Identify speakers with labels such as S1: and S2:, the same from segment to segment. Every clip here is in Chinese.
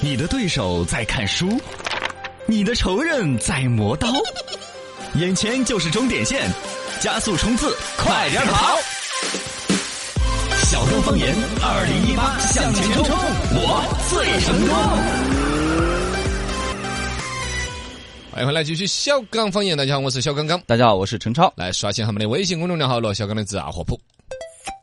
S1: 你的对手在看书，你的仇人在磨刀，眼前就是终点线，加速冲刺，快点跑！小东方言，二零一八向前冲，我最成功。
S2: 欢迎回来，继续小刚方言。大家好，我是小刚刚。
S3: 大家好，我是陈超。
S2: 来刷新他们的微信公众号“罗小刚的字啊火谱”。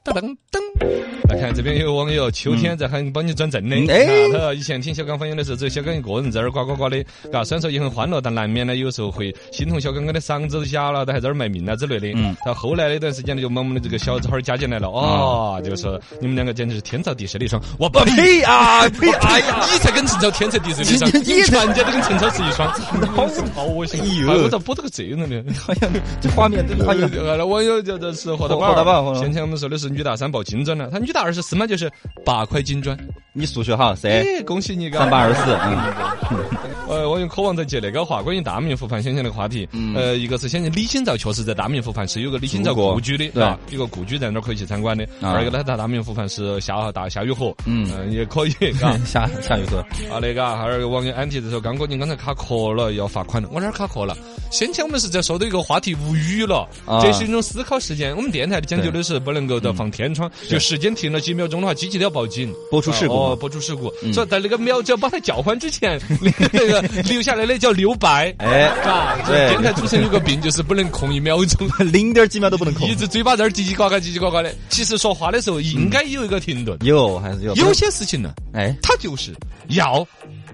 S2: 噔噔噔！来看这边有网友秋天在喊帮你转正的，
S3: 嗯
S2: 哎
S3: 哎，
S2: 他说以前听小刚方言的时候，只有小刚一个人在那儿呱呱呱的，嘎，虽然说也很欢乐，但难免呢有时候会心痛小刚刚的嗓子哑了，都还在那儿卖命啊之类的。嗯，到后来那段时间呢，就把我们的这个小子花儿加进来了，哦，就说你们两个简直是天造地设的一双，我呸！
S3: 呸啊呸！
S2: 哎呀， 你才跟陈超天才地设 的一双，你全家都跟陈超是一双，好好恶心！哎我咋播这个这样的 呢？
S3: 哎好像这画面，这画面，
S2: 呃，网友叫这是火大
S3: 火大棒
S2: 棒
S3: 火
S2: 儿。
S3: 大
S2: 先前我们说的是女大三抱金砖了，她女大二十四嘛，就是八块金砖。
S3: 你数学好，谁？
S2: 哎，恭喜你！
S3: 三八二四，。 嗯，
S2: 呃，网友渴望在接那个话，关于大明湖畔先前那个话题。
S3: 嗯
S2: 呃，一个是先前李清照确实在大明湖畔是有个李清照
S3: 住过
S2: 故居的，
S3: 对
S2: 吧？有个故居在那儿可以去参观的。
S3: 啊
S2: 二一个呢，它大明湖畔是下大下雨河，
S3: 嗯
S2: 嗯，也可以， 嘎。
S3: 下下雨说，
S2: 啊，那个，还有个网友 anti 就说，刚哥你刚才卡壳了，要罚款了。我哪儿卡壳了？先前我们是在说的一个话题无语了，
S3: 啊
S2: 这是一种思考时间。我们电台讲究的是不能够的放天窗，就时间停了几秒钟的话，机器都要报警，
S3: 播出事故
S2: 哦，播出事故。所以在那个喵叫把它叫唤之前，那个 留下来的叫留白。
S3: 哎，
S2: 啊，
S3: 对
S2: 电台主持人有个病，就是不能空一秒钟。
S3: 零点几秒都不能空
S2: 一。直嘴巴在那儿叽叽呱呱、叽叽呱呱的，其实说话的时候应该有一个停顿。
S3: 有还是有？
S2: 有些事情呢，
S3: 哎，
S2: 他就是要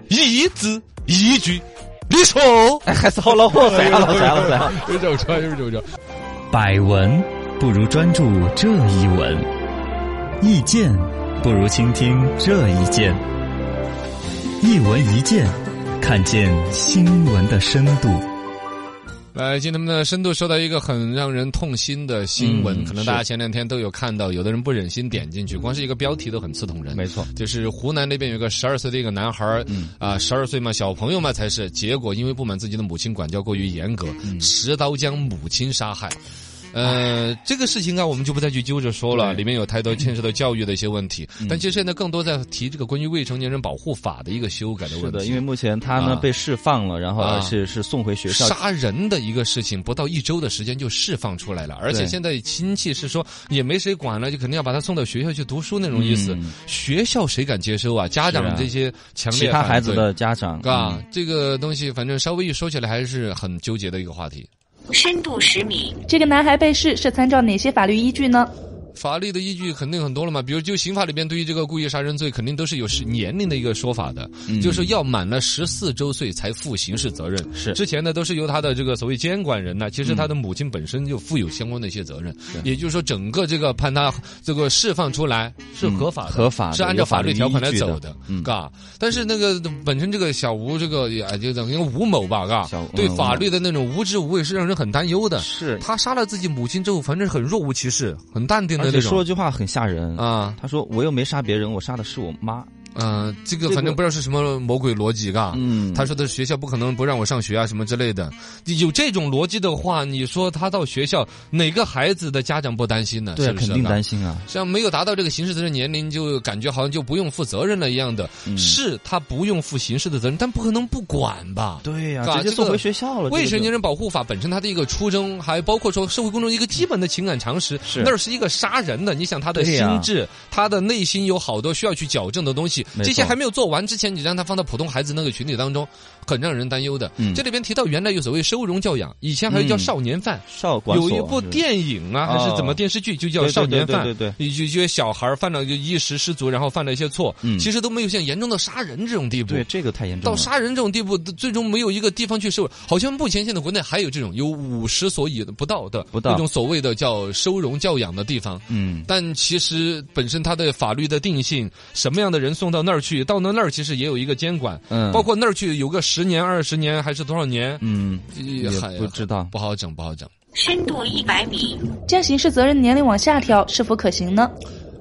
S2: 一字一句。你说，
S3: 哎，还是好恼火，算了算了 算了。
S2: 有点吵，有点吵。
S1: 百闻不如专注这一闻，意见不如倾听这一见。一闻一见，看见新闻的深度。
S2: 来，哎今天我们的深度说到一个很让人痛心的新闻，
S3: 嗯
S2: 可能大家前两天都有看到，有的人不忍心点进去，光是一个标题都很刺痛人。
S3: 没错，
S2: 就是湖南那边有个十二岁的一个男孩儿
S3: 嗯，
S2: 啊、十二岁嘛，小朋友嘛才是。结果因为不满自己的母亲管教过于严格，
S3: 嗯
S2: 持刀将母亲杀害。呃，这个事情啊，我们就不再去揪着说了，
S3: 对嗯
S2: 里面有太多牵涉到教育的一些问题。但其实现在更多在提这个关于未成年人保护法的一个修改的
S3: 是
S2: 问
S3: 的，
S2: 题。
S3: 因为目前他们被释放了，然
S2: 啊
S3: 后是是送回学校。
S2: 杀人的一个事情，不到一周的时间就释放出来了，而且
S3: 对
S2: 现在亲戚是说也没谁管了，就肯定要把他送到学校去读书那种意思。
S3: 嗯
S2: 学校谁敢接收啊？家
S3: 是
S2: 长
S3: 啊
S2: 这些强烈
S3: 其他
S2: 反
S3: 孩子
S2: 对
S3: 的嗯家长，
S2: 啊，这个东西反正稍微一说起来还是很纠结的一个话题。
S4: 深度十米，
S5: 这个男孩被试是参照哪些法律依据呢？
S2: 法律的依据肯定很多了嘛，比如就刑法里边对于这个故意杀人罪，肯定都是有是年龄的一个说法的，
S3: 嗯
S2: 就是要满了十四周岁才负刑事责任。
S3: 是嗯
S2: 之前呢都是由他的这个所谓监管人呢，其实他的母亲本身就负有相关的一些责任，也就是说整个这个判他这个释放出来是合法的，
S3: 合法的
S2: 是按照法律条款来
S3: 嗯啊有法律依据
S2: 走
S3: 的
S2: 的，
S3: 嗯
S2: 嘎。但是那个本身这个小吴这个也哎就等于吴某吧，嘎
S3: 小吴，
S2: 对
S3: 嗯
S2: 法
S3: 吴某
S2: 律的那种无知无畏是让人很担忧的。
S3: 是，
S2: 他杀了自己母亲之后，反正很若无其事，很淡定的
S3: 而
S2: 那
S3: 且说了
S2: 种。
S3: 句话很吓人。
S2: 啊，
S3: 他说：“我又没杀别人，我杀的是我妈。
S2: 嗯、这个
S3: 这个
S2: 反正不知道是什么魔鬼逻辑，嘎”。
S3: 嗯
S2: 他说的是学校不可能不让我上学啊，什么之类的。有这种逻辑的话，你说他到学校，哪个孩子的家长不担心呢？
S3: 对啊，
S2: 是不是
S3: 肯定
S2: 嘎
S3: 担心啊。
S2: 像没有达到这个刑事责任年龄，就感觉好像就不用负责任了一样的。
S3: 嗯
S2: 是他不用负刑事的责任，但不可能不管吧？
S3: 对呀、
S2: 嘎
S3: 直接
S2: 这
S3: 送
S2: 个
S3: 回学校了。
S2: 未
S3: 这
S2: 成
S3: 个
S2: 年
S3: 就
S2: 人保护法本身它的一个初衷，还包括说社会公众一个基本的情感常识，
S3: 是
S2: 那是一个杀人的。你想他的
S3: 对
S2: 心
S3: 呀
S2: 智，他的内心有好多需要去矫正的东西，
S3: 没错
S2: 这些还没有做完之前，你让他放到普通孩子那个群体当中，很让人担忧的。
S3: 嗯
S2: 这里边提到原来有所谓收容教养，以前还有叫
S3: 嗯
S2: 少年犯。
S3: 少管
S2: 有一
S3: 所
S2: 部
S3: 是
S2: 电影啊，还是
S3: 哦
S2: 怎么电视剧，就叫《
S3: 对对
S2: 少年
S3: 对
S2: 犯》，
S3: 对对
S2: 对，就些小孩儿犯了就一时失足，然后犯了一些错，
S3: 嗯
S2: 其实都没有像严重到杀人这种地步。
S3: 对这个太严重
S2: 到
S3: 了。
S2: 杀人这种地步，最终没有一个地方去收。好像目前现在国内还有这种有五十所以不到的
S3: 不到
S2: 那种所谓的叫收容教养的地方。
S3: 嗯，
S2: 但其实本身它的法律的定性，什么样的人送到那儿去，到那那儿其实也有一个监管，
S3: 嗯
S2: 包括那儿去有个十年、二十年还是多少年，
S3: 嗯
S2: 也
S3: 也
S2: 还
S3: 不知道
S2: 不好整，不好整。
S4: 深度一百米，
S5: 将刑事责任年龄往下调是否可行呢？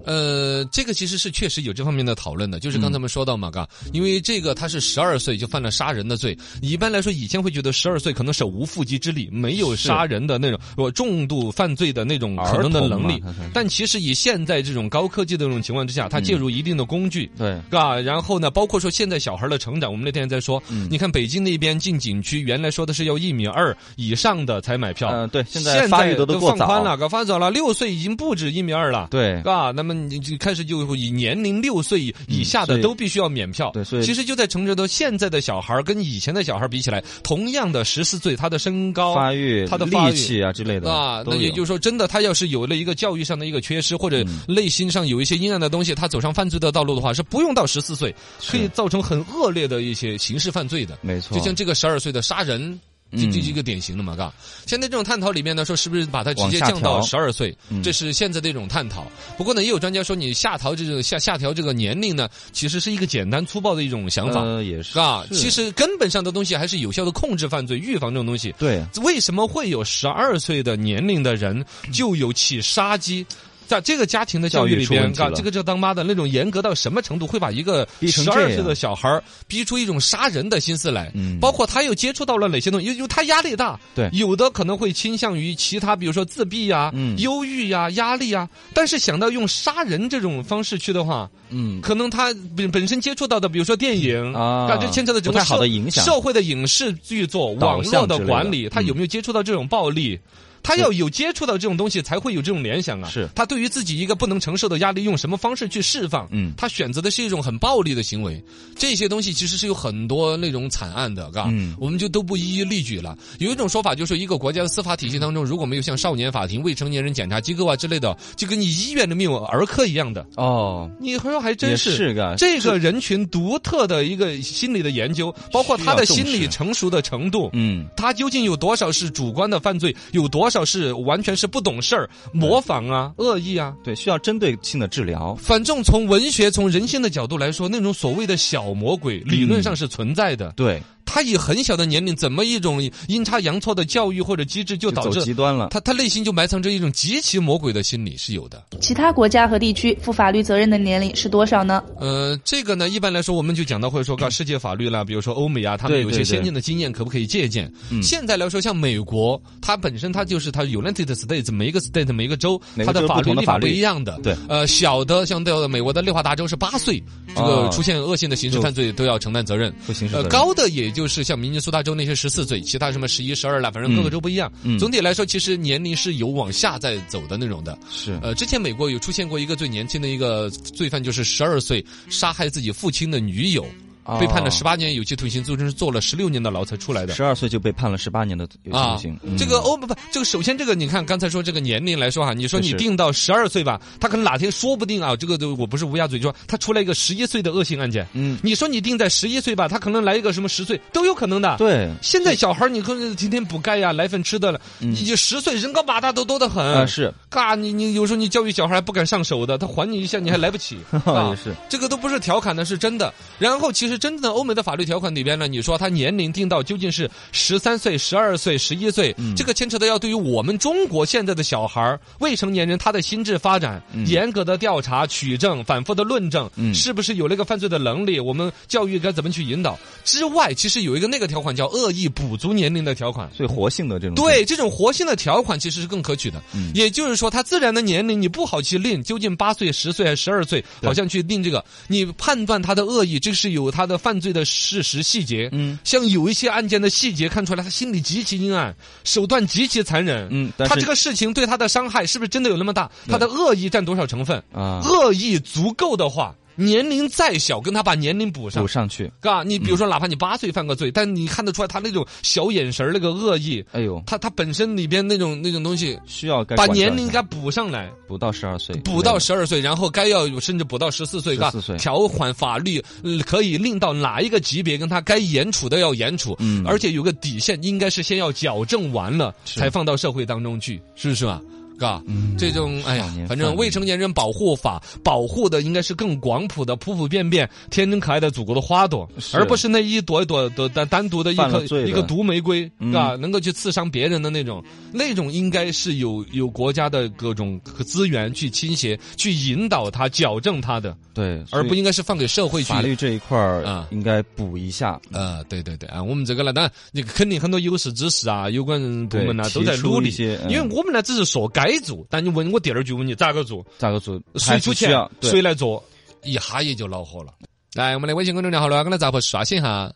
S2: 呃，这个其实是确实有这方面的讨论的，就是刚才我们说到嘛，嘎、因为这个他是十二岁就犯了杀人的罪，一般来说以前会觉得十二岁可能手无缚鸡之力，没有杀人的那种我重度犯罪的那种可能的能
S3: 儿
S2: 力
S3: 童嘛他是，嗯
S2: 但其实以现在这种高科技的这种情况之下，他介入一定的工具，
S3: 对，
S2: 啊，然后呢，包括说现在小孩的成长，我们那天在说，
S3: 嗯
S2: 你看北京那边进景区，原来说的是要一米二以上的才买票，
S3: 嗯，对，现
S2: 在
S3: 在发育的
S2: 都
S3: 都过
S2: 放宽
S3: 早
S2: 了，，搞发早了，六岁已经不止一米二了。
S3: 对，
S2: 啊，那么你就开始就以年龄六岁以以下
S3: 嗯所
S2: 的
S3: 以
S2: 都必须要免票。
S3: 对所以
S2: 其实就在成就到现在的小孩儿跟以前的小孩儿比起来，同样的十四岁，他的身高
S3: 发育、
S2: 哦他的发育
S3: 力气啊之类的
S2: 啊，
S3: 都
S2: 那也
S3: 有
S2: 就是说，真的，他要是有了一个教育上的一个缺失，或者内心上有一些阴暗的东西，他走上犯罪的道路的话，是不用到十四岁，可以造成很恶劣的一些刑事犯罪的。
S3: 没错，
S2: 就像这个十二岁的杀人。就
S3: 嗯
S2: 就一个典型的嘛，嘎。现在这种探讨里面呢，说是不是把它直接
S3: 往下
S2: 降到
S3: 调
S2: 十二岁，
S3: 嗯
S2: 这是现在的一种探讨。不过呢，也有专家说，你下调这种下下调这个年龄呢，其实是一个简单粗暴的一种想法，
S3: 呃也是
S2: 嘎。
S3: 是
S2: 其实根本上的东西还是有效的控制犯罪、预防这种东西。
S3: 对，
S2: 为什么会有十二岁的年龄的人就有起杀机？在这个家庭的教育里
S3: 教育出
S2: 边
S3: 问，题
S2: 啊，
S3: 了
S2: 这个叫当妈的那种严格到什么程度，会把一个
S3: 逼成
S2: 十
S3: 这
S2: 二
S3: 样
S2: 岁的小孩儿逼出一种杀人的心思来？
S3: 嗯
S2: 包括他又接触到了哪些东西？因为因为他压力大，
S3: 对
S2: 有的可能会倾向于其他，比如说自闭呀、
S3: 嗯
S2: 忧郁呀、压力呀。但是想到用杀人这种方式去的话，
S3: 嗯，
S2: 可能他本本身接触到的，比如说电影
S3: 啊
S2: 这牵扯到整个
S3: 不太好
S2: 社
S3: 的影响
S2: 社会的影视剧作、网
S3: 导向
S2: 络的
S3: 之类的
S2: 管理，他有没有接触到这种暴力？他要有接触到这种东西，才会有这种联想啊！
S3: 是
S2: 他对于自己一个不能承受的压力，用什么方式去释放？
S3: 嗯
S2: 他选择的是一种很暴力的行为。这些东西其实是有很多那种惨案的，嘎，
S3: 嗯
S2: 我们就都不一一例举了。有一种说法就是，一个国家的司法体系当中，如果没有像少年法庭、未成年人检察机构啊之类的，就跟你医院里面有儿科一样的，
S3: 哦，
S2: 你说还真
S3: 也
S2: 是
S3: 是个
S2: 这个人群独特的一个心理的研究，包括他的心
S3: 需
S2: 理
S3: 要重视
S2: 成熟的程度。
S3: 嗯，
S2: 他究竟有多少是主观的犯罪，有多少是完全是不懂事儿、模仿啊、
S3: 嗯
S2: 恶意啊？
S3: 对，需要针对性的治疗，
S2: 反正从文学、从人性的角度来说，那种所谓的小魔鬼，理论上是存在的。
S3: 对，
S2: 他以很小的年龄，怎么一种阴差阳错的教育或者机制，就
S3: 就
S2: 导
S3: 走极
S2: 致
S3: 端了，
S2: 他他内心就埋藏着一种极其魔鬼的心理是有的。
S5: 其他国家和地区负法律责任的年龄是多少呢？
S2: 呃，这个呢，一般来说，我们就讲到会说，告世界法律啦，比如说欧美啊，他们
S3: 嗯对
S2: 有一些
S3: 对对嗯
S2: 先进的经验，可不可以借鉴？现在来说，像美国，它本身它就是它 United States 每一个 state 每一个州，
S3: 每
S2: 它
S3: 个
S2: 的
S3: 州有
S2: 法
S3: 不
S2: 律
S3: 同的
S2: 立法
S3: 法
S2: 不
S3: 律
S2: 一样的。
S3: 对
S2: 呃，小的像到美国的内华达州是八岁，这个
S3: 哦
S2: 出现恶性的刑事
S3: 就
S2: 犯罪都要承担责任。
S3: 不行是
S2: 呃，高的也就是像明尼苏达州那些十四岁，其他什么十一、十二啦，反正各个州不一样。
S3: 嗯
S2: 总体来说，其实年龄是有往下在走的那种的。
S3: 是
S2: 呃，之前美国有出现过一个最年轻的一个罪犯，就是十二岁杀害自己父亲的女友，呃
S3: 哦
S2: 被判了十
S3: 八，
S2: 八年有期徒刑，最终是坐了十六年的牢才出来的。
S3: 十二岁就被判了十八年的有期徒
S2: 啊
S3: 刑，，嗯
S2: 这个欧不不，这个首先这个你看刚才说这个年龄来说哈，你说你
S3: 是
S2: 定到十二岁吧，他可能哪天说不定啊，这个都我不是乌鸦嘴，就说他出来一个十一岁的恶性案件，
S3: 嗯，
S2: 你说你定在十一岁吧，他可能来一个什么十岁都有可能的。。
S3: 对，
S2: 现在小孩儿你可能天天补钙呀、来份吃的了，
S3: 嗯
S2: 你十岁人高马大都多得很。
S3: 啊是，
S2: 嘎，你你有时候你教育小孩还不敢上手的，他还你一下你还来不 及，啊
S3: 也是，
S2: 这个都不是调侃的，是真的。然后其实真正的欧美的法律条款里边呢，你说他年龄定到究竟是十三岁、十二岁、十一岁，
S3: 嗯
S2: 这个牵扯到要对于我们中国现在的小孩儿未成年人他的心智发展，严格的调查、取证、反复的论证，
S3: 嗯
S2: 是不是有那个犯罪的能力？我们教育该怎么去引导？之外，其实有一个那个条款叫恶意补足年龄的条款。
S3: 最活性的这种，
S2: 对，这种活性的条款其实是更可取的。
S3: 嗯
S2: 也就是说，他自然的年龄你不好去定，究竟八岁、十岁还是十二岁，好像去定这个，你判断他的恶意，这是有他的犯罪的事实细节。
S3: 嗯，
S2: 像有一些案件的细节看出来，他心里极其阴暗，手段极其残忍。
S3: 嗯但
S2: 他
S3: 是
S2: 这个事情对他的伤害是不是真的有那么大？他的恶意占多少成分？
S3: 啊，
S2: 恶意足够的话，年龄再小，跟他把年龄补上
S3: 补。上嗯去，
S2: 嘎，你比如说，哪怕你八岁犯个罪，但你看得出来他那种小眼神儿那个恶意，
S3: 哎呦，
S2: 他他本身里边那种那种东西，
S3: 需要该
S2: 把
S3: 管教
S2: 年
S3: 一
S2: 龄
S3: 下
S2: 该补上来，
S3: 补到十二岁，
S2: 补到十二岁，然后该要有甚至补到十四岁，
S3: 14岁
S2: 条款法律、呃可以令到哪一个级别跟他该严处的要严处，
S3: 嗯
S2: 而且有个底线，应该是先要矫正完了
S3: 是嗯
S2: 才放到社会当中去，是不是吧？嘎，这种哎呀
S3: 少，年
S2: 反正
S3: 犯
S2: 未成年人保护法保护的应该是更广谱的、普普遍遍、天真可爱的祖国的花朵，
S3: 是
S2: 而不是那一朵一朵的单单独的一
S3: 犯
S2: 颗
S3: 了罪的
S2: 一个毒玫瑰，
S3: 嗯
S2: 啊，能够去刺伤别人的那种，那种应该是有有国家的各种资源去倾斜、去引导他、矫正他的，
S3: 对，
S2: 而不
S3: 所以
S2: 应该是放给社会去
S3: 法律这一块
S2: 啊
S3: 儿应该补一下。
S2: 呃，对对对啊，我们这个呢，当然你肯定很多有识之士啊，有关部
S3: 对
S2: 门呢、都
S3: 提
S2: 在
S3: 出
S2: 努
S3: 一
S2: 力
S3: 些，嗯
S2: 因为我们呢只是说该做，但你问我第二句问你咋个做，
S3: 咋个做？
S2: 谁
S3: 还
S2: 出
S3: 是需
S2: 钱
S3: 要，对
S2: 谁来做，一哈也就恼火了。来，我们的微信公众号呢，跟他咋不刷新一下？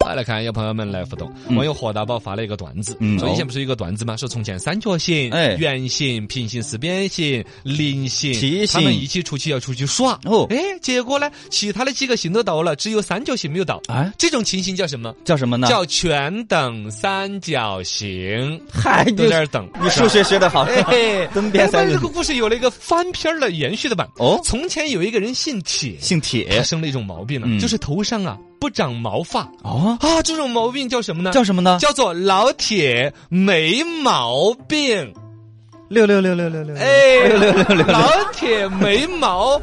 S2: 好，来看有朋友们来互动，网友何大宝发了一个段子，
S3: 嗯
S2: 说以前不是有一个段子吗？说从前三角形、
S3: 哎
S2: 圆形、平行四边形、菱形，
S3: 梯
S2: 他们
S3: 形
S2: 一起出去要出去耍。
S3: 哦
S2: 哎，结果呢，其他的几个形都到了，只有三角形没有到。
S3: 哎，
S2: 这种情形叫什么？
S3: 叫什么呢？
S2: 叫全等三角形，
S3: 嗨，
S2: 都在
S3: 你
S2: 这儿哎等。
S3: 你数学学得 好，
S2: 嘿嘿，
S3: 东边
S2: 我
S3: 三
S2: 们这
S3: 人
S2: 个故事有了一个翻篇儿的延续的版。
S3: 哦
S2: 从前有一个人姓铁，
S3: 姓
S2: 他
S3: 铁
S2: 生了一种毛病呢，
S3: 嗯
S2: 就是头上啊不长毛发
S3: 哦，
S2: 啊。这种毛病叫什么呢？
S3: 叫什么呢？
S2: 叫做老铁没毛病。
S3: 六六六六六六
S2: 哎， 老铁没毛，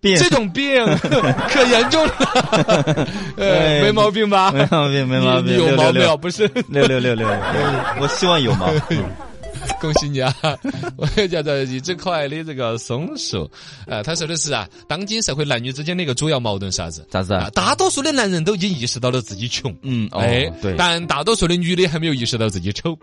S3: 变
S2: 这种病可严重 了。呃，
S3: 哎
S2: 没毛病吧？
S3: 没毛病，没毛
S2: 你
S3: 病，
S2: 你有毛没啊哎有？
S3: 六
S2: 不是。
S3: 六六六六 六六，我希望有毛。嗯
S2: 恭喜你啊！ 我也觉得一只可爱的这个松鼠，呃，他说的是啊，当今社会男女之间的一个主要矛盾是啥子？
S3: 咋子
S2: 啊，
S3: 啊？
S2: 大多数的男人都已经意识到了自己穷。
S3: 嗯，哦
S2: 哎，，
S3: 对，
S2: 但大多数的女的还没有意识到自己丑，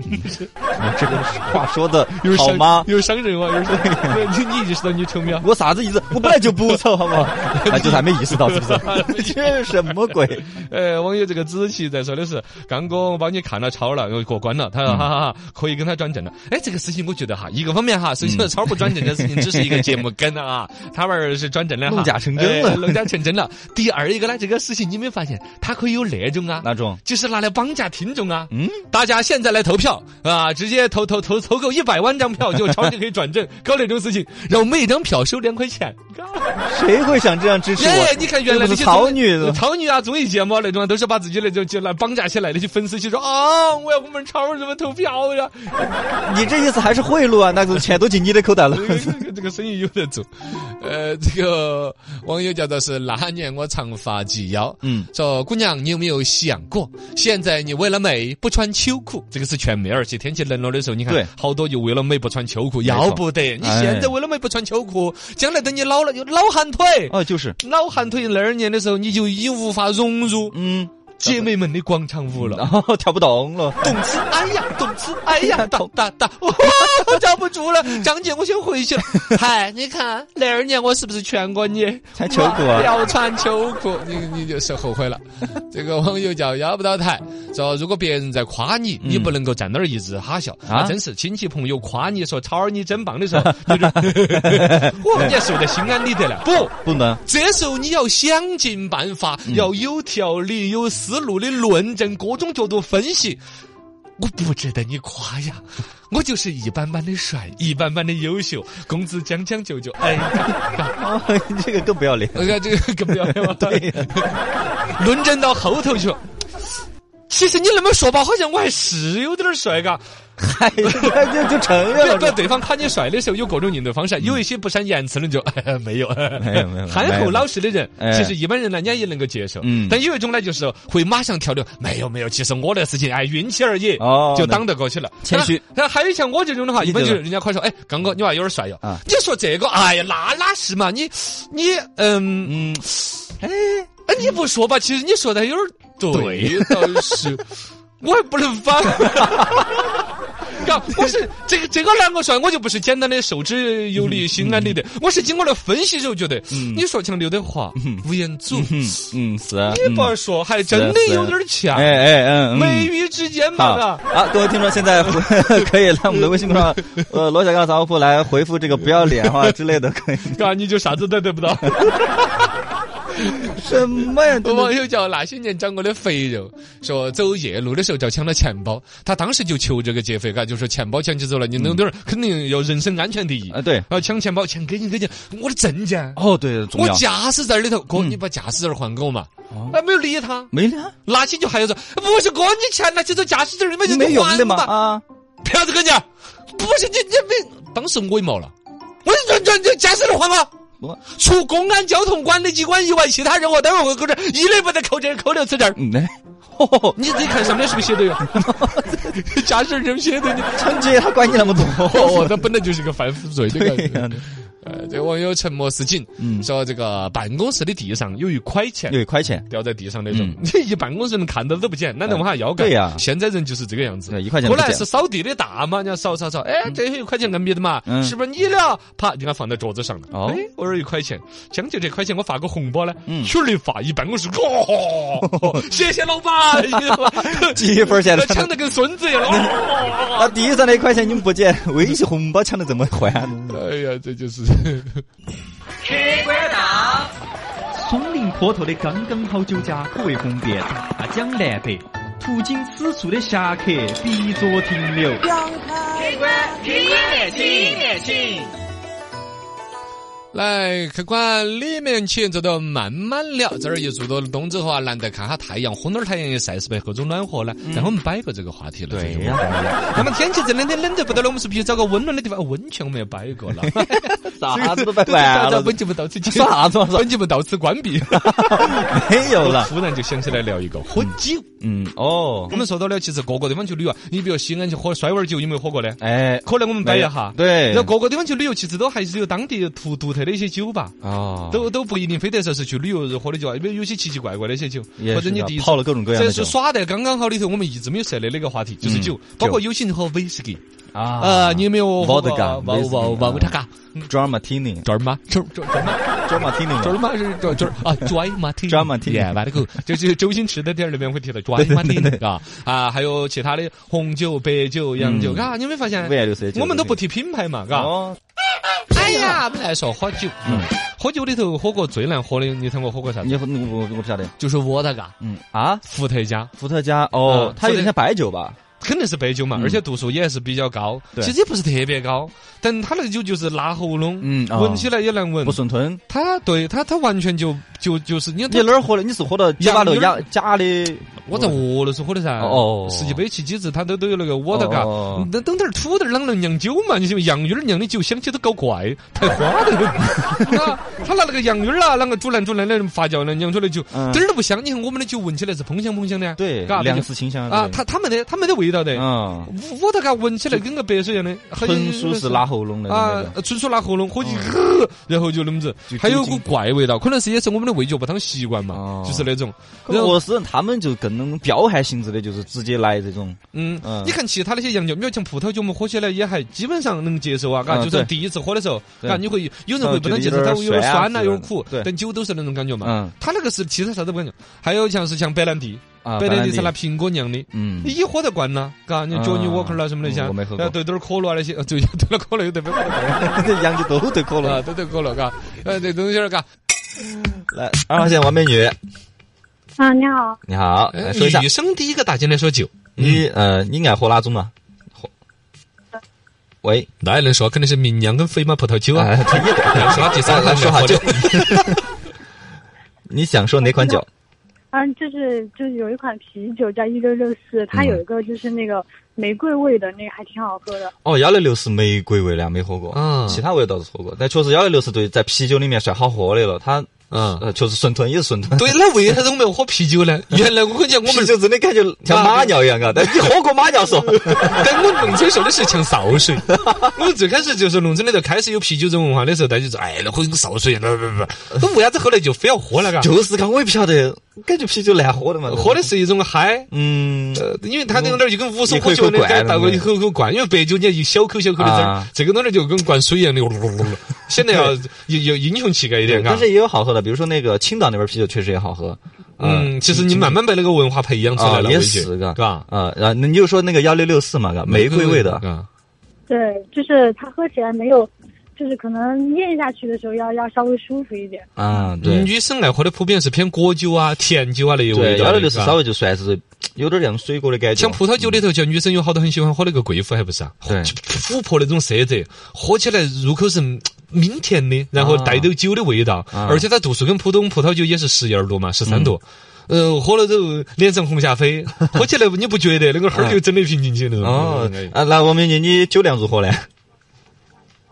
S3: 这个话说的
S2: 有
S3: 好
S2: 伤
S3: 吗？
S2: 有伤人哇，有伤 人。你你意识到你丑没有？
S3: 我啥子意思？我本来就不丑，好 不好？哎，就是还没意识到，是不是？这是什么鬼？
S2: 呃，网友这个子琪在说的是，刚哥我帮你看了超了，又过关了，他
S3: 嗯
S2: 说哈哈哈，可以跟他转正了。哎，这个事情我觉得哈，一个方面哈，首
S3: 嗯
S2: 先说超不转正的事情只是一个 节目梗啊，他们儿是转正了哈，
S3: 弄假成真了
S2: 哎弄假成真了。第二一个呢，这个事情你没发现，它可以有那种啊，
S3: 哪种？
S2: 就是拿来绑架听众啊。
S3: 嗯，
S2: 大家现在来投票啊，直接投投投投够一百万张票就超就可以转正，搞那种事情，然后每张票收两块钱。
S3: 谁会想这样支持
S2: 耶
S3: 我？
S2: 你看原来那
S3: 这不
S2: 些
S3: 是草
S2: 综
S3: 女
S2: 艺
S3: 的
S2: 草女啊，综艺节目那种啊都是把自己那种就来绑架起来的，去粉丝去说啊，我要我们超什么投票呀、哎
S3: 你这意思还是贿赂啊？那个钱都进你的口袋了。
S2: 这个这个生意有得做。呃，这个网友叫做是那年我长发及腰，
S3: 嗯，
S2: 说姑娘，你有没有想过，现在你为了美不穿秋裤，这个是全美，而且天气冷了的时候，你看
S3: 对
S2: 好多就为了美不穿秋裤，
S3: 错
S2: 要不得。你
S3: 哎
S2: 现在为了美不穿秋裤，将来等你老了就老寒腿。
S3: 哦，就是，
S2: 老寒腿那二年的时候，你就已经无法融入
S3: 嗯，
S2: 姐妹们的广场舞了。
S3: 然后跳不动了。
S2: 懂吃，哎呀，懂吃，嗯哎呀，打打打，哇，我站不住了，张姐，我先回 去了。嗨，你看那二年我是不是劝过你
S3: 穿秋裤啊
S2: 不要穿秋裤，你你就是后 悔了。这个网友叫要不到台说，如果别人在夸你，你不能够站那儿一直哈笑
S3: 啊
S2: 嗯啊，真是亲戚朋友夸你说超儿你真棒的 时候，你就我你还受得心安理得了不？
S3: 不能，
S2: 这时候你要想尽办法，要有条理、有思路的论证各种角度分析。我不值得你夸呀，我就是一般般的帅，一般般的优秀，工资将将就就。哎呀，
S3: 哦你 这个更不要脸。
S2: 我看这个更不要脸了。
S3: 对呀，
S2: 论证到后头去了。其实你那么说吧，好像我还是有点儿帅嘎。
S3: 嗨，就就承
S2: 不
S3: 认了。嗯
S2: 不，对方夸你帅的时候有各种应对方式，有一些不善言辞的就 没有，
S3: 没有没有
S2: 憨厚老实的人，
S3: 哎
S2: 其实一般人呢，人家也能够接受。
S3: 嗯
S2: 但有一种呢，就是会马上跳的，没有没有，其实我的事情哎运气而已，
S3: 哦
S2: 就当得过去了。
S3: 谦虚
S2: 那。那还有像我这种的话，啊一般就是
S3: 理
S2: 人家夸说，哎，刚哥你娃有点帅哟
S3: 啊。
S2: 你说这个，哎呀，那哪是嘛？你你嗯。
S3: 嗯，
S2: 哎，你不说吧，其实你说的有点儿对，倒 是我还不能反。嘎，不是这个这个啷个说？我就不是简单的受之有理、心安理
S3: 嗯
S2: 得，我是经过了分析之后觉得，你说像刘德华、吴彦祖，
S3: 嗯嗯是啊。
S2: 你
S3: 嗯
S2: 不说还真的有点儿像
S3: 哎，哎嗯嗯。
S2: 眉宇之间
S3: 好
S2: 吧？嘎
S3: 啊，各位听众，现在 回可以来我们的微信公众号“呃罗小刚杂货铺”来回复这个“不要脸”啊之类的，可以。
S2: 嘎，啊你就啥子都得不到。
S3: 什么呀？
S2: 有
S3: 真的
S2: 网友叫那些年长我的肥肉，说走夜路的时候遭抢了钱包，他当时就求这个劫匪，嘎，啊就说钱包抢起走了，你弄点儿，肯定要人身安全第一
S3: 啊，。对，
S2: 啊，抢钱包，钱给你给你，我的证件，
S3: 哦，对，重
S2: 我
S3: 要。嗯
S2: 驾驶证儿里头，哥，你把驾驶证儿还给我嘛。哎，没有理他，
S3: 没呢，
S2: 拿起就还要说，不是哥，你钱拿起走驾驶证儿里面就
S3: 没有
S2: 还
S3: 的嘛
S2: 嘛，
S3: 啊！
S2: 不要这个你，不是你你没当时我也毛了，我说这这这驾驶证还我
S3: 我。
S2: 除公安交通管理机关以外，其他任何单位和个证一律不得扣这扣留此证儿。
S3: 嗯，吼吼吼！
S2: 你自己看上面是不是啊写的 哟？驾驶证上面写的，你
S3: 春节他管你那么多，
S2: 我这本来就是个犯罪，这
S3: 对
S2: 个
S3: 呀，
S2: 呃，这个网友沉默是金，
S3: 嗯
S2: 说这个办公室的地上有一块钱
S3: 有一块钱，
S2: 掉在地上那种
S3: 嗯，哎
S2: 你 一办公室人看到都不捡，难道我们还要干？
S3: 对呀
S2: 现在人就是这个样子
S3: 对，一块钱
S2: 过
S3: 不
S2: 来
S3: 捡
S2: 是扫地的大妈，你要扫扫扫，哎，这有一块钱硬币的嘛，
S3: 嗯
S2: 是不是你了？啪，你看放在桌子上了，
S3: 哦
S2: 哎，我有一块钱，将就这块钱我发个红包呢，
S3: 嗯
S2: 去你发一办公室， 哦，谢谢老板，
S3: 几分 钱了？
S2: 抢得跟孙子一样。 哦
S3: 那地啊上那一块钱你们不捡，微信红包抢的怎么还啊呢？
S2: 哎呀，这就是。
S1: 松林坡头的刚刚好酒家，口味红遍大江南北。途经此处的侠客，必作停留。
S2: 来客官里面请，走到慢慢聊。这儿一入到冬之后啊，难得看下太阳，烘点儿太阳也晒是被何种暖和呢？然后我们摆过这个话题了，
S3: 对
S2: 这就我们
S3: 呀
S2: 摆了那么天气这两天冷得不得了，我们是不是去找个温暖的地方？哦温泉我们也摆过 了，啊
S3: 啥子都摆
S2: 大
S3: 完
S2: 家
S3: 了，
S2: 本节目到此结束
S3: 说，啥子嘛？
S2: 本节目到此关 闭。
S3: 没有
S2: 我
S3: 了。
S2: 突然就想起来聊一 个喝酒。
S3: 嗯，哦
S2: 我，们说到了，其实各个地方去旅游啊，你比如西安去喝摔碗酒，有没有喝过呢？
S3: 哎，
S2: 可能我们摆一下。
S3: 对，
S2: 然后各个地方去旅游，其实都还是有当地独独特的一些酒吧。
S3: 哦，
S2: 都都不一定非得说是去旅游日喝的酒啊，因为有些奇奇怪怪的一些酒，
S3: 也
S2: 或者
S3: 是
S2: 你
S3: 啊
S2: 第一次
S3: 泡了各种各样
S2: 这
S3: 的
S2: 是
S3: 酒
S2: 耍得刚刚好里头，我们一直没有涉猎的一个话题，就是
S3: 嗯
S2: 酒
S3: 酒，
S2: 包括有些人喝威士忌
S3: 啊
S2: 啊，你有没有喝过
S3: Vodka，
S2: 哇哇
S3: whisky，
S2: 哇
S3: 啊
S2: 哇，他嘎，
S3: John Martini，
S2: 这儿吗？这儿这儿这儿吗？这
S3: John Martini，
S2: 儿吗？是这儿这儿啊，拽马汀，
S3: Dry Martini
S2: 耶，完了个，就是周星驰的电影里面会提到拽马汀啊啊，还有其他的红酒、白酒、洋酒，
S3: 嗯
S2: 嘎，你有没有发现
S3: 五？颜六色的酒
S2: 我们都不提品牌嘛，嘎。
S3: 哦，
S2: 哎呀，我们来说喝酒，
S3: 嗯
S2: 喝酒里头喝过最难喝的，你猜我喝过啥子？
S3: 你我我我不晓得，
S2: 就是我那个
S3: 嗯啊，
S2: 伏特加，
S3: 伏特加哦
S2: 嗯，
S3: 它有点像白酒吧？
S2: 肯定是白酒嘛，而且度数也是比较高，
S3: 嗯对
S2: 其实也不是特别高，但它那个酒就是辣喉咙，
S3: 嗯哦
S2: 闻起来也难闻
S3: 不。顺吞。
S2: 它对它它完全就就就是你看
S3: 你
S2: 它。
S3: 哪儿喝的？你是喝的酒吧头
S2: 洋
S3: 洋假的？
S2: 我在俄罗斯喝的噻，
S3: 哦
S2: 十几杯起几次，它都都有那个我的嘎
S3: 哦，
S2: 那等点儿土豆儿啷能酿酒嘛？你想洋芋儿酿的酒香气都搞怪，太花的 了。啊，他拿那个洋芋儿啊，啷个煮烂煮烂的发酵呢，酿出来酒，
S3: 嗯
S2: 点儿都不香。你看我们的酒闻起来是喷香喷香的，
S3: 对，
S2: 嘎，
S3: 两次清香
S2: 啊，它它没得它没得味道的，
S3: 嗯，
S2: 我我都嘎闻起来跟个白水一样的，很
S3: 纯属是拉喉咙的那哦
S2: 啊
S3: 个，，
S2: 纯属拉喉咙，喝起，呃然后就那么子
S3: 就，
S2: 还有股
S3: 酒精
S2: 怪味道，可能是也是我们的味觉不当习惯嘛
S3: 哦，
S2: 就是那种。
S3: 可
S2: 然
S3: 俄
S2: 后
S3: 罗斯人他们就更那种彪悍性质的，就是直接来这种。
S2: 嗯
S3: 嗯，
S2: 你看其他那些洋酒，比如像葡萄酒，我们喝起来也还基本上能接受啊，嘎，
S3: 嗯
S2: 就
S3: 对
S2: 算第一次喝的时候，
S3: 对
S2: 嘎，你会有人会不能接受，
S3: 嗯
S2: 它
S3: 觉得
S2: 会
S3: 有
S2: 有点
S3: 点
S2: 酸
S3: 酸
S2: 呐，
S3: 啊
S2: 有点苦
S3: 之类，的对
S2: 但酒都是那种感觉嘛。
S3: 嗯
S2: 它那个是其实啥都不感觉，还有像是像白兰地，
S3: 啊，
S2: 白兰地
S3: 地
S2: 是拿苹果酿的。
S3: 嗯
S2: 你，一喝得惯呐，嘎，你 Johnny
S3: 啊
S2: Walker 啦什么的，
S3: 嗯
S2: 像
S3: 我没喝过
S2: 然后兑点儿可乐啊那些，呃就兑了可乐又兑不
S3: 洋酒都得可乐
S2: 啊，。都得够了，嘎，呃，这东西儿，嘎，
S3: 来，二号线王美女，
S6: 啊，你好，
S3: 哎你好，来说一下
S2: 女生第一个打进来说酒，
S3: 你呃，你爱喝哪种嘛？喝，喂，
S2: 那也能说，肯定是名酿跟飞马葡萄酒啊。
S3: 哎，听你的，
S2: 来说第三个，
S3: 来说
S2: 好
S3: 下酒，你想说哪款酒？
S6: 嗯，就是就是有一款啤酒叫一六六四，它
S3: 嗯
S6: 有一个就是那个玫瑰味的那个还挺好喝的。
S3: 哦，幺六六是玫瑰味的，没喝过。
S2: 嗯
S3: 其他味道倒是喝过，但确实幺六六是对在啤酒里面算好喝的了。它
S2: 嗯，
S3: 呃，确实顺吞也是顺 吞。
S2: 对，那为啥子我们要喝啤酒呢？原来我跟你讲，我
S3: 啤
S2: 们
S3: 酒真的感觉像马尿一样啊！但 你喝过马尿嗦？
S2: 但我们农村说的是像潲水。我们最开始就是农村里头开始有啤酒这文化的时候，大家就说哎，那喝潲水，不不不，那为啥子后来就非要喝那个？
S3: 就是看我也不晓得，感觉啤酒难喝的嘛。
S2: 喝的是一种嗨。
S3: 嗯，
S2: 呃，因为它那个东西就跟武松喝酒的感觉，倒过一口口灌，因为白酒你要一小口小口的汁儿
S3: 啊，
S2: 这个东西就跟灌水一样的， 显得要有有英雄气概一点，嘎
S3: 但。是也有好喝的，比如说那个青岛那边啤酒确实也好喝。
S2: 嗯，其实你慢慢被那个文化培养出来
S3: 啊
S2: 了，
S3: 也
S2: 我觉得
S3: 是嘎
S2: 嘎，
S3: 啊，然后你就说那个幺六六四嘛，嘎，玫瑰味的，
S2: 啊，
S6: 对，就是它喝起来没有，就是可能咽下去的时候要要稍微舒服一点。
S3: 啊，对
S2: 女生爱喝的普遍是偏果酒啊、甜酒啊那一味
S3: 对，
S2: 道的。
S3: 幺六六四
S2: 嘎
S3: 稍微就算是有点那种水果的感觉，
S2: 像葡萄酒里头，像女生有好多很喜欢喝那个贵妇，还不是啊？
S3: 对
S2: 琥珀那种色泽，喝起来入口是。明甜的，然后
S3: 啊
S2: 带有酒的味道，
S3: 啊
S2: 而且它度数跟普通葡萄酒也是十二度嘛，十三度，呃，喝了之后脸上红霞飞，喝起来你不觉得那个哈儿就真的平进去那种。
S3: 哦
S2: 嗯，
S3: 啊，那王美女，你酒量如何呢？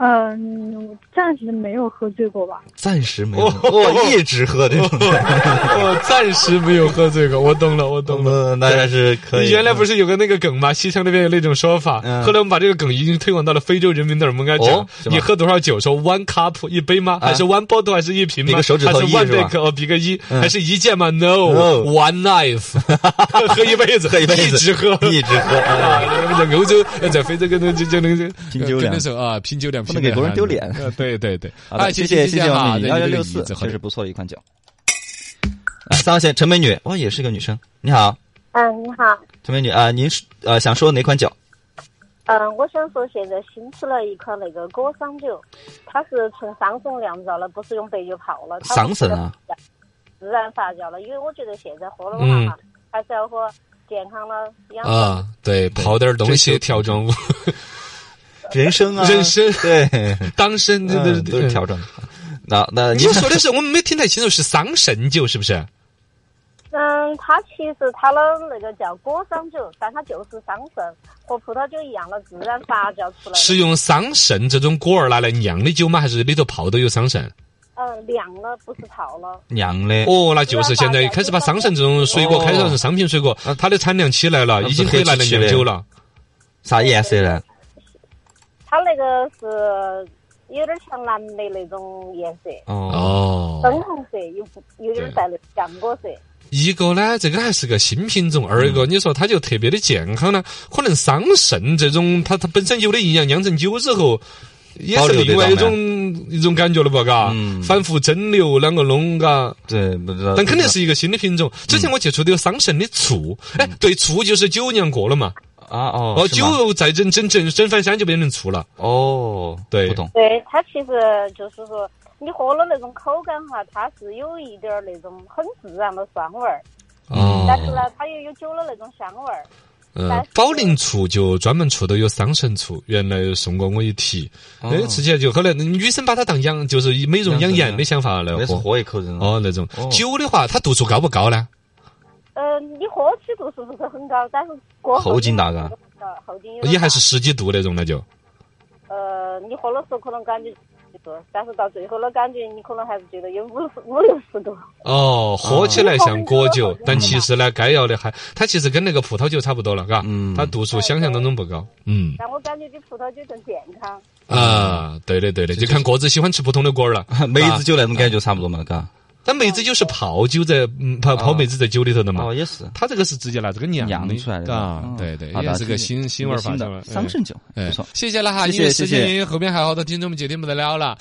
S6: 嗯、暂时没有喝醉过吧？
S7: 暂时没有，我一直喝这种，
S2: 我暂时没有喝醉过，我懂了，我懂了。
S7: 嗯，那还是可以。
S2: 你原来不是有个那个梗吗？西城那边有那种说法，
S7: 嗯
S2: 后来我们把这个梗已经推广到了非洲人民那儿。我们跟他讲，
S7: 哦是吗
S2: 你喝多少酒？说 one cup 一杯吗？还是 one bottle 还是一瓶吗？
S7: 比个手指头
S2: 还是
S7: 一
S2: one
S7: 是吧
S2: drink 哦，比个一，还是一件吗？No，one
S7: No
S2: knife，喝一辈子，
S7: 喝一辈子
S2: 一直喝。
S7: 一直喝，
S2: 啊，在欧洲，在非洲跟那就就那个
S3: 拼酒
S2: 跟
S3: 脸
S2: 那时候啊，拼酒脸，
S3: 不
S2: 拼
S3: 能给
S2: 酒
S3: 国人丢脸
S2: 呃对对对，
S3: 好的，谢谢谢谢王敏幺幺六四，这是不错的一款酒。
S7: 哎三号线陈美女，哇，也是个女生。你好，
S8: 嗯，你好，
S7: 陈美女啊、您是呃想说哪款酒？
S8: 嗯，我想说现在新出了一款那个果桑酒，它是纯桑葚酿造的，不是用白酒泡了。它
S7: 桑葚啊，
S8: 自然发酵的，因为我觉得现在喝的话哈，
S7: 嗯
S8: 还是要喝健康的养
S7: 呃
S8: 生。
S2: 啊，对，刨点东西调整物，
S7: 人参啊，
S2: 人参
S7: 对，
S2: 当身对对
S7: 嗯
S2: 对，
S7: 都是调整的。那那
S2: 你
S7: 您
S2: 们说的是我们没听太清楚，是桑葚酒是不是？
S8: 嗯，它其实它的那个叫果桑酒，但它就是桑葚，和葡萄酒一样的自然发酵出来的。
S2: 是用桑葚这种果儿拿来酿的酒吗？还是里头泡的有桑葚？
S8: 嗯，凉了，不是泡了。
S7: 娘嘞，
S2: 哦，那就是现在开始把桑葚这种水果开始是商品水果，它的产量起来了，已经可以拿来酿酒了。
S7: 啥颜色嘞？
S8: 它那个是有点像蓝莓那种颜色，
S7: 哦，
S2: 哦，
S8: 深红色，又不有点带那个浆果色。
S2: 一个呢，这个还是个新品种；二一个，你说它就特别的健康呢，可能桑葚这种它它本身有的营养酿成酒之后。也
S7: 保
S2: 是
S7: 留得
S2: 另外
S7: 到
S2: 一
S7: 没
S2: 种一种感觉了吧，嘎、
S7: 嗯
S2: 反复蒸馏啷个弄，嘎，
S7: 对，不
S3: 嗯
S7: 知道。
S2: 但肯定是一个新的品种。之前我接触的有桑葚的醋，哎，对，醋就是酒酿过了嘛，
S7: 啊哦，
S2: 哦，
S7: 是吗
S2: 酒再蒸蒸蒸蒸翻山就变成醋了。
S7: 哦，
S2: 对
S7: 不懂。
S8: 对，它其实就是说，你喝了那种口感哈，它是有一点儿那种很自然的酸味儿，
S2: 哦
S8: 但是呢，它又有酒的那种香味儿。
S2: 嗯，宝林醋就专门出的有桑葚醋，原来送过我一提，
S7: 哦
S2: 哎，吃起来就后来女生把它当养，就是以美容养颜的想法来
S7: 那是
S2: 喝。
S7: 活一口人 哦，
S2: 哦，那种
S7: 哦
S2: 酒的话，它度数高不高呢？
S8: 嗯、你喝起度数不是很高，但是过
S7: 后劲大嘎，
S8: 呃，后劲有点
S2: 哦也还是
S8: 大
S2: 十几度那种，那就
S8: 呃，你喝的时候可能感觉就是，但是到最后的感觉，你可能还是觉得有五十五六十度。
S2: 哦，喝起来像果酒
S8: 哦，
S2: 但其实呢，该要的还它其实跟那个葡萄酒差不多了，嘎
S7: 嗯，
S2: 它度数想象当中不高，嗯
S8: 但我感觉比葡萄酒更健康。
S3: 嗯
S2: 啊，对的对的，就看各自喜欢吃不同的果儿了。
S7: 梅子酒那种感觉差不多嘛，嘎。
S2: 但梅子酒是泡酒在嗯泡泡梅子在酒里头的嘛
S7: 哦，，也是。
S2: 他这个是直接拿这个酿
S3: 酿出来的
S2: 啊
S3: 嗯，
S2: 对对，
S3: 好的
S2: 也是个新新玩法
S3: 新的
S2: 嗯
S3: 桑葚酒，
S2: 哎
S3: 不错。
S2: 谢谢了哈，
S3: 谢谢
S2: 因为时间
S3: 谢谢
S2: 原因，后面还有好多听众们决定不得了了。